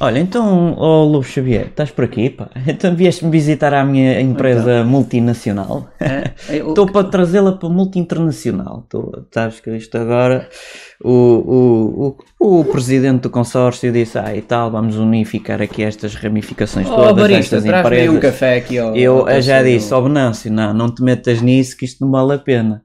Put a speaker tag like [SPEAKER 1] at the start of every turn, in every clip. [SPEAKER 1] Olha, então, ó Lobo Xavier, estás por aqui, pá? Então vieste-me visitar à minha
[SPEAKER 2] Então.
[SPEAKER 1] empresa multinacional.
[SPEAKER 2] É, é, o-
[SPEAKER 1] Estou para trazê-la para multi-internacional. Tô- Sabes que isto agora, o, o, o, o presidente do consórcio disse, ah e tal, vamos unificar aqui estas ramificações
[SPEAKER 2] Oh,
[SPEAKER 1] todas,
[SPEAKER 2] barista,
[SPEAKER 1] estas
[SPEAKER 2] traz-me aí
[SPEAKER 1] empresas.
[SPEAKER 2] um café aqui. Ao,
[SPEAKER 1] Eu
[SPEAKER 2] ao
[SPEAKER 1] eh, já
[SPEAKER 2] parceiro.
[SPEAKER 1] disse ao Venâncio, não, não te metas nisso que isto não vale a pena.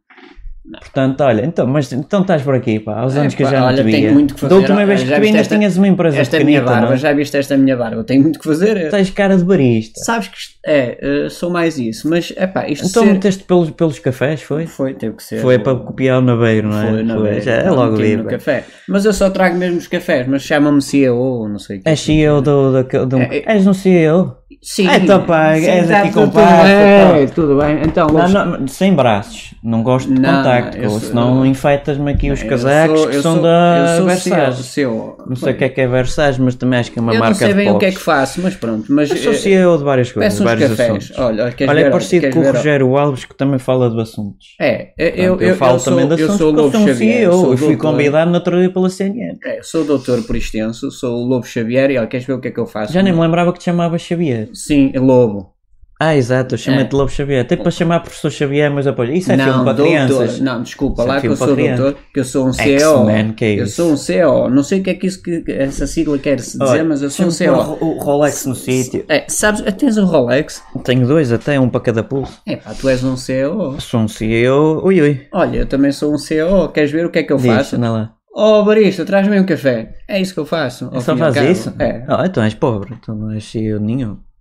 [SPEAKER 1] Portanto, olha, então, mas então estás por aqui, pá, há uns
[SPEAKER 2] É,
[SPEAKER 1] anos que eu
[SPEAKER 2] pá,
[SPEAKER 1] já não te
[SPEAKER 2] olha, tenho
[SPEAKER 1] via.
[SPEAKER 2] muito que fazer.
[SPEAKER 1] Da última vez
[SPEAKER 2] Já
[SPEAKER 1] que tu
[SPEAKER 2] viste
[SPEAKER 1] ainda
[SPEAKER 2] esta-
[SPEAKER 1] tinhas uma empresa
[SPEAKER 2] Esta minha
[SPEAKER 1] pequenita,
[SPEAKER 2] barba,
[SPEAKER 1] não é?
[SPEAKER 2] já viste esta minha barba? Eu tenho muito que fazer. é.
[SPEAKER 1] Tens cara de barista.
[SPEAKER 2] Sabes que isto- é, eh, sou mais isso, mas é pá, isto
[SPEAKER 1] Então
[SPEAKER 2] ser... É,
[SPEAKER 1] meteste pelos, pelos cafés, foi?
[SPEAKER 2] foi, teve que ser.
[SPEAKER 1] Foi para copiar o naveiro, não é?
[SPEAKER 2] Foi, na verdade.
[SPEAKER 1] já é logo
[SPEAKER 2] meti no
[SPEAKER 1] livre.
[SPEAKER 2] café. Mas eu só trago mesmo os cafés, mas chama-me CEO ou não sei o que.
[SPEAKER 1] És CEO do, do, do, do
[SPEAKER 2] É,
[SPEAKER 1] És um no CEO?
[SPEAKER 2] Sim,
[SPEAKER 1] Ah, então, pá,
[SPEAKER 2] sim,
[SPEAKER 1] és
[SPEAKER 2] tá
[SPEAKER 1] aqui
[SPEAKER 2] tudo
[SPEAKER 1] com pasta,
[SPEAKER 2] bem, Tudo bem, então
[SPEAKER 1] Não,
[SPEAKER 2] Lopes,
[SPEAKER 1] não, sem braços, não gosto de
[SPEAKER 2] Não,
[SPEAKER 1] contacto,
[SPEAKER 2] eu sou-
[SPEAKER 1] senão infectas-me aqui os
[SPEAKER 2] eu
[SPEAKER 1] casacos
[SPEAKER 2] sou-
[SPEAKER 1] que
[SPEAKER 2] eu
[SPEAKER 1] são
[SPEAKER 2] sou-
[SPEAKER 1] da
[SPEAKER 2] eu sou
[SPEAKER 1] Versace.
[SPEAKER 2] CEO.
[SPEAKER 1] Não sei o que é que é Versace, mas também acho que é uma
[SPEAKER 2] Eu
[SPEAKER 1] marca
[SPEAKER 2] não sei
[SPEAKER 1] de
[SPEAKER 2] bem o que é
[SPEAKER 1] poucos.
[SPEAKER 2] que faço, mas pronto. Mas,
[SPEAKER 1] Eu sou
[SPEAKER 2] eh,
[SPEAKER 1] CEO de várias coisas,
[SPEAKER 2] Peço uns
[SPEAKER 1] vários
[SPEAKER 2] cafés.
[SPEAKER 1] assuntos.
[SPEAKER 2] Olha, olha, queres
[SPEAKER 1] Olha, é
[SPEAKER 2] ver-
[SPEAKER 1] parecido
[SPEAKER 2] queres
[SPEAKER 1] com o
[SPEAKER 2] ver-
[SPEAKER 1] Rogério Alves que também fala de assuntos.
[SPEAKER 2] É, eu, eu,
[SPEAKER 1] Portanto, eu,
[SPEAKER 2] eu
[SPEAKER 1] falo
[SPEAKER 2] sou,
[SPEAKER 1] também de
[SPEAKER 2] eu
[SPEAKER 1] assuntos
[SPEAKER 2] sou o
[SPEAKER 1] porque eu
[SPEAKER 2] Lobo
[SPEAKER 1] sou um
[SPEAKER 2] Xavier.
[SPEAKER 1] CEO
[SPEAKER 2] sou
[SPEAKER 1] e fui
[SPEAKER 2] doutor-
[SPEAKER 1] convidado no outro dia pela CNN.
[SPEAKER 2] É, sou o doutor por extenso, sou o Lobo Xavier e olha, queres ver o que é que eu faço?
[SPEAKER 1] Já nem me lembrava que te chamava Xavier.
[SPEAKER 2] Sim, Lobo.
[SPEAKER 1] Ah, exato, eu chamei-te Lobo Xavier. Até para chamar professor Xavier, mas depois, isso é filme
[SPEAKER 2] É. não,
[SPEAKER 1] para
[SPEAKER 2] doutor.
[SPEAKER 1] crianças.
[SPEAKER 2] Não,
[SPEAKER 1] Isso
[SPEAKER 2] desculpa,
[SPEAKER 1] é
[SPEAKER 2] lá que
[SPEAKER 1] filme
[SPEAKER 2] eu
[SPEAKER 1] para
[SPEAKER 2] sou
[SPEAKER 1] crianças.
[SPEAKER 2] doutor, que eu sou um CEO.
[SPEAKER 1] X-Men, que é
[SPEAKER 2] eu
[SPEAKER 1] isso?
[SPEAKER 2] sou um CEO. Não sei o que é que isso que que essa sigla quer se dizer,
[SPEAKER 1] Olha,
[SPEAKER 2] mas eu sou um
[SPEAKER 1] deixa-me
[SPEAKER 2] CEO.
[SPEAKER 1] pôr O o Rolex no sítio.
[SPEAKER 2] É, sabes, tens um Rolex?
[SPEAKER 1] Tenho dois até, um para cada pulso.
[SPEAKER 2] É pá, tu és um CEO.
[SPEAKER 1] Sou um CEO. Ui, ui.
[SPEAKER 2] Olha, eu também sou um CEO. Queres ver o que é que eu
[SPEAKER 1] Diz,
[SPEAKER 2] faço?
[SPEAKER 1] anda lá.
[SPEAKER 2] Oh, barista, traz-me aí um café. É isso que eu faço.
[SPEAKER 1] Só
[SPEAKER 2] ao fim e ao
[SPEAKER 1] faz
[SPEAKER 2] cabo.
[SPEAKER 1] isso?
[SPEAKER 2] É.
[SPEAKER 1] Ah, então és pobre, então não és CEO nenhum.